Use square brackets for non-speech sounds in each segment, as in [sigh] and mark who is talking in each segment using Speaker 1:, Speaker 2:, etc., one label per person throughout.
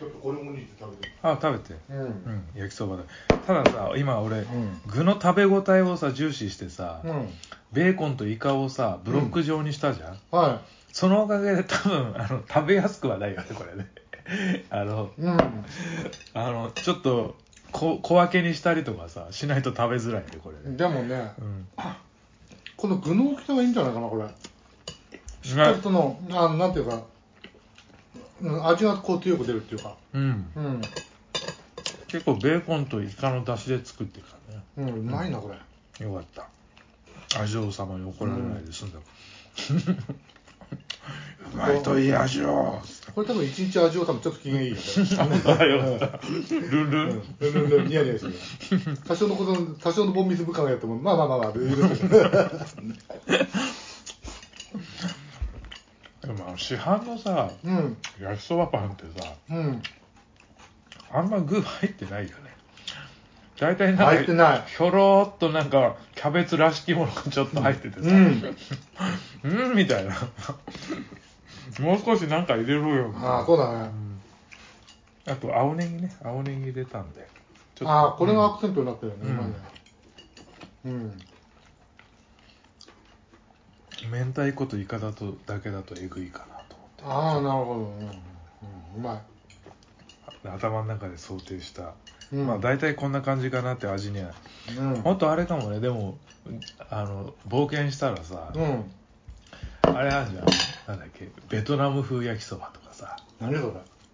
Speaker 1: つ食べてる
Speaker 2: あ食べて
Speaker 1: うん、
Speaker 2: うん焼きそばでたださ今俺、
Speaker 1: ん
Speaker 2: 具の食べ応えをさ重視してさ、
Speaker 1: うん、
Speaker 2: ベーコンとイカをさブロック状にしたじゃん、
Speaker 1: は
Speaker 2: そのおかげで多分あの食べやすくはないよね [laughs] これねあの
Speaker 1: いうん
Speaker 2: あのちょっと小小分けにしたりとかさしないと食べづらいねこれね
Speaker 1: でもね
Speaker 2: うん
Speaker 1: この具の大きさがいいんじゃないかなこれしっかりとのあのなんていうかうん味がこう強く出るっていうか
Speaker 2: うん
Speaker 1: うん、
Speaker 2: 結構ベーコンとイカの出汁で作ってるからね
Speaker 1: うん、うまいなこれ
Speaker 2: よかった味王様に怒られないで済んだ、 [laughs] うまいといい味を
Speaker 1: これ多分一日味を多分ちょっと機
Speaker 2: [laughs]
Speaker 1: 嫌いいよね
Speaker 2: よかったルンルン、
Speaker 1: うんルンルンニヤニヤしてる多少のこと多少の凡ミス部下がやってもまあまあまあまあ許
Speaker 2: [laughs]
Speaker 1: すよ
Speaker 2: でもあの市販のさ
Speaker 1: うん
Speaker 2: 焼きそばパンってさ
Speaker 1: うん
Speaker 2: あんま具入ってないよね大体なんか
Speaker 1: 入ってない
Speaker 2: ひょろーっとなんかキャベツらしきものがちょっと入っててさ
Speaker 1: うん
Speaker 2: うん、みたいなもう少しなんか入れろよみたいな
Speaker 1: ああそうだね
Speaker 2: あと青ネギね青ネギ入れたんでちょっと
Speaker 1: ああこれがアクセントになってるよね、う
Speaker 2: うん
Speaker 1: まいねうん
Speaker 2: 明太子とイカだとだけだとえぐいかなと思
Speaker 1: ああなるほど、うんうん、うまい
Speaker 2: って頭の中で想定した、
Speaker 1: うん
Speaker 2: まあ大体こんな感じかなって味には
Speaker 1: うん
Speaker 2: もっとあれかもねでもあの冒険したらさ、
Speaker 1: うん
Speaker 2: あれあるじゃんなんだっけベトナム風焼きそばとかさ
Speaker 1: 何それ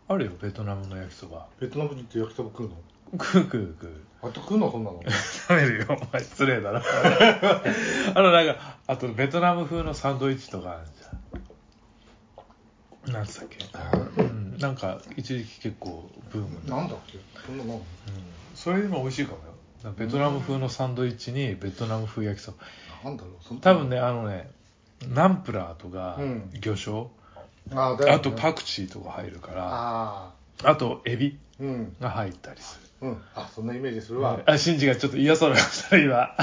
Speaker 2: あるよベトナムの焼きそば
Speaker 1: ベトナム人って焼きそば食うの
Speaker 2: くうくうくう
Speaker 1: あと食うのそんな [laughs] の
Speaker 2: 食べるよお前失礼だな [laughs] あのなんかあとベトナム風のサンドイッチとかあるじゃんなんつったっけ、うん、なんか一時期結構ブームだ、
Speaker 1: なんだっけそんなの
Speaker 2: うん、そういうの美味しいかもよなんかベトナム風のサンドイッチにベトナム風焼きそば
Speaker 1: なんだろうそんな
Speaker 2: 多分ねあのねナンプラーとか
Speaker 1: うん
Speaker 2: 魚醤、
Speaker 1: ああだよね
Speaker 2: あとパクチーとか入るから
Speaker 1: あ
Speaker 2: あとエビ
Speaker 1: あうん
Speaker 2: が入ったりする
Speaker 1: うんあそんなイメージするわ
Speaker 2: あ、シンジがちょっと嫌そうな顔した今。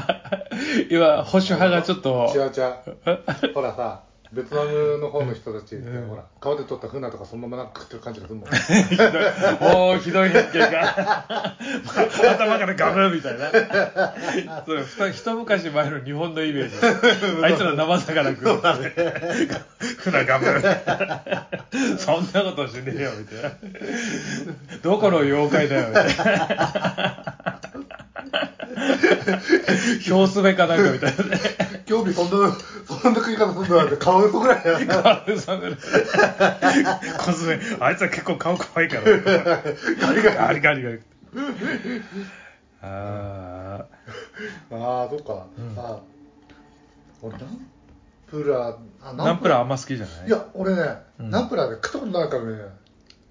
Speaker 2: [laughs] 今、保守派がちょっと
Speaker 1: 違、う違 [laughs] うほらさベトナムの方の人たちってほら川で取ったフナとかそのままなんか食ってる感じがする [laughs] もん
Speaker 2: もうひどい偏見が、頭からガブみたいな。それ、ふた一昔前の日本のイメージ。あいつら生魚食う。船ガブ。そんなことしねえよ、みたいな。どこの妖怪だよ、みたいな。ヒョウスベかなんかみたいなね。
Speaker 1: 興味そんなそんな食い方すんだって顔嘘ぐらいだよ
Speaker 2: カールさんぐらいコスメあいつは結構顔可愛いからガリガリガリガリガリあ
Speaker 1: [laughs] ああそっか、ああ俺ナンプラーあ
Speaker 2: ーナンプラーあんま好きじゃない
Speaker 1: いや俺ね、
Speaker 2: うん
Speaker 1: ナンプラーで食ったことないからね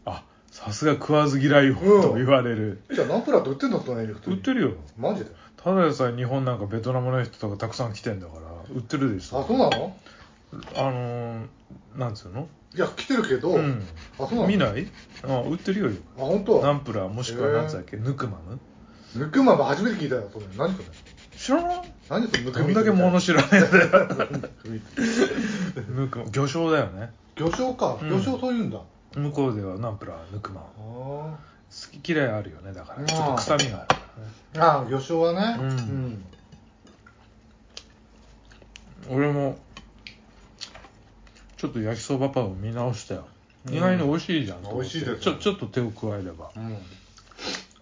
Speaker 2: あさすが食わず嫌いよ、
Speaker 1: うん
Speaker 2: と言われる
Speaker 1: じゃあナンプラーって売ってんのその辺に普通
Speaker 2: 売
Speaker 1: に
Speaker 2: ってるよ
Speaker 1: マジで
Speaker 2: ただでさえ日本なんかベトナムの人とかたくさん来てんだから売ってるでしょ
Speaker 1: あそうなの
Speaker 2: あのー、なんつうの
Speaker 1: いや来てるけど、
Speaker 2: うん
Speaker 1: あそうなの
Speaker 2: 見
Speaker 1: あ
Speaker 2: ないあ売ってるよ
Speaker 1: 本当。
Speaker 2: ナンプラーもしくはなんつうだっけヌクマム
Speaker 1: ぬくまん初めて聞いたよそれ何それ
Speaker 2: 知らない
Speaker 1: 何それぬく
Speaker 2: ど
Speaker 1: み
Speaker 2: んだけ物知らねえんだよ
Speaker 1: み
Speaker 2: ヌクマ魚醤だよね
Speaker 1: 魚醤か
Speaker 2: うん
Speaker 1: 魚醤そういうんだ、
Speaker 2: 向こうではナンプラーぬくまん好
Speaker 1: あ
Speaker 2: き嫌いあるよねだか
Speaker 1: う
Speaker 2: ら
Speaker 1: ん
Speaker 2: ちょっと臭みがあるからね
Speaker 1: ーあー魚醤はね
Speaker 2: うん
Speaker 1: ん、
Speaker 2: 俺もちょっと焼きそばパンを見直したよ、意外に美味しいじゃんと思って
Speaker 1: 美味しいですね
Speaker 2: ちょちょっと手を加えれば
Speaker 1: うん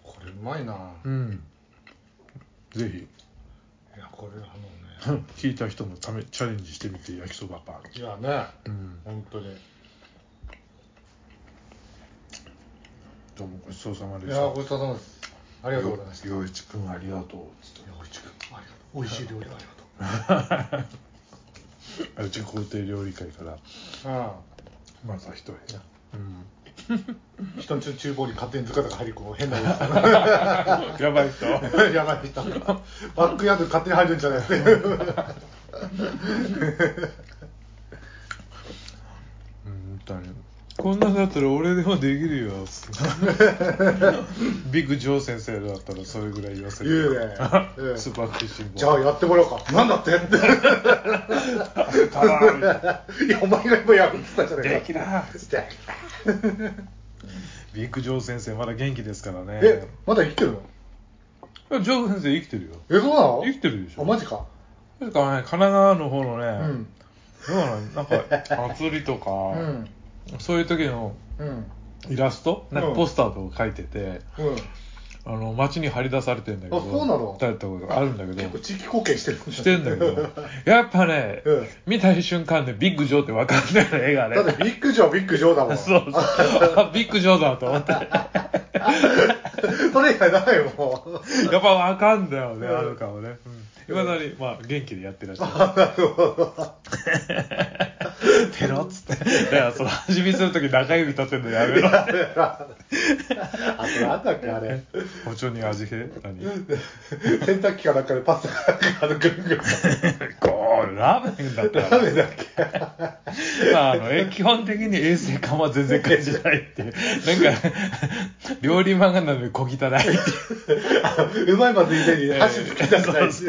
Speaker 1: これうまいな
Speaker 2: うんぜひ [laughs]
Speaker 1: いやこれあのね
Speaker 2: 聞いた人もためチャレンジしてみて焼きそばパン
Speaker 1: いやね
Speaker 2: うん
Speaker 1: 本当に
Speaker 2: どうもごちそうさまで
Speaker 1: い
Speaker 2: し
Speaker 1: や
Speaker 2: た
Speaker 1: ごちそうさまですありがとうございました
Speaker 2: よよいちくんありがとうつって
Speaker 1: いやおいちくんありがとうおいしい料理ありがと
Speaker 2: あうち皇帝料理会から
Speaker 1: ううん
Speaker 2: まずは一人なうん
Speaker 1: 人の厨房に勝手に塚とか入りこう変な
Speaker 2: やばい人
Speaker 1: [laughs] やばい人バックヤードに勝手に入るんじゃない
Speaker 2: うん本当にこんなんだったら俺でもできるよビッグジョー先生だったらそれぐらい言わせる
Speaker 1: 言うねええ
Speaker 2: スーパー食いしん坊
Speaker 1: じゃあやってもらおうかなんだって
Speaker 2: ただみたいない
Speaker 1: やお前が今やるって言ったじゃない
Speaker 2: で
Speaker 1: か
Speaker 2: きな
Speaker 1: つって
Speaker 2: ビッグジョー先生まだ元気ですからね
Speaker 1: え、まだ生きてるの
Speaker 2: いやジョー先生生きてるよ
Speaker 1: え、そうなの
Speaker 2: 生きてるでしょ
Speaker 1: あ、マジか。
Speaker 2: なんかね神奈川の方のね、
Speaker 1: うん。
Speaker 2: どうなのなん
Speaker 1: [laughs]
Speaker 2: か祭りとか、
Speaker 1: うん。
Speaker 2: そういう時の
Speaker 1: うん。
Speaker 2: イラストなん
Speaker 1: う
Speaker 2: か
Speaker 1: ん
Speaker 2: ポスターとか書いてて、
Speaker 1: うん。
Speaker 2: あの街に張り出されてんだけど
Speaker 1: あそうなの
Speaker 2: だとかあるんだけ
Speaker 1: 結構
Speaker 2: ど
Speaker 1: 地域貢献してる
Speaker 2: してんだけ
Speaker 1: [laughs]
Speaker 2: どやっぱね、
Speaker 1: うん
Speaker 2: 見た瞬間ねビッグジョーって分かんないの絵がね
Speaker 1: だってビッグジョー、ビッグジョーだもん。
Speaker 2: そうそうあビッグジョーだと
Speaker 1: [laughs]
Speaker 2: 思ってやっ
Speaker 1: それ以外ないもん。
Speaker 2: ぱ分かんだよね
Speaker 1: うん
Speaker 2: あの顔ねいま、未だに、まあ、元気でやってらっしゃる
Speaker 1: なるほ
Speaker 2: [laughs]
Speaker 1: ど。
Speaker 2: ペロッつって。いや、その、味見するとき中指立てるのやめろ。
Speaker 1: [laughs] あとなんだっけ、あれ。
Speaker 2: 包丁に味変何
Speaker 1: 洗濯機かなんかでパスタかなんかあのぐる [laughs] ぐる。
Speaker 2: こう、ラーメンだったら。
Speaker 1: ダメだっけ。
Speaker 2: まあ、あの、え基本的に衛生感は全然感じないっていう。なんか、料理漫画なのに小汚いっていう。
Speaker 1: うまいまずいでに箸吹き出したいし。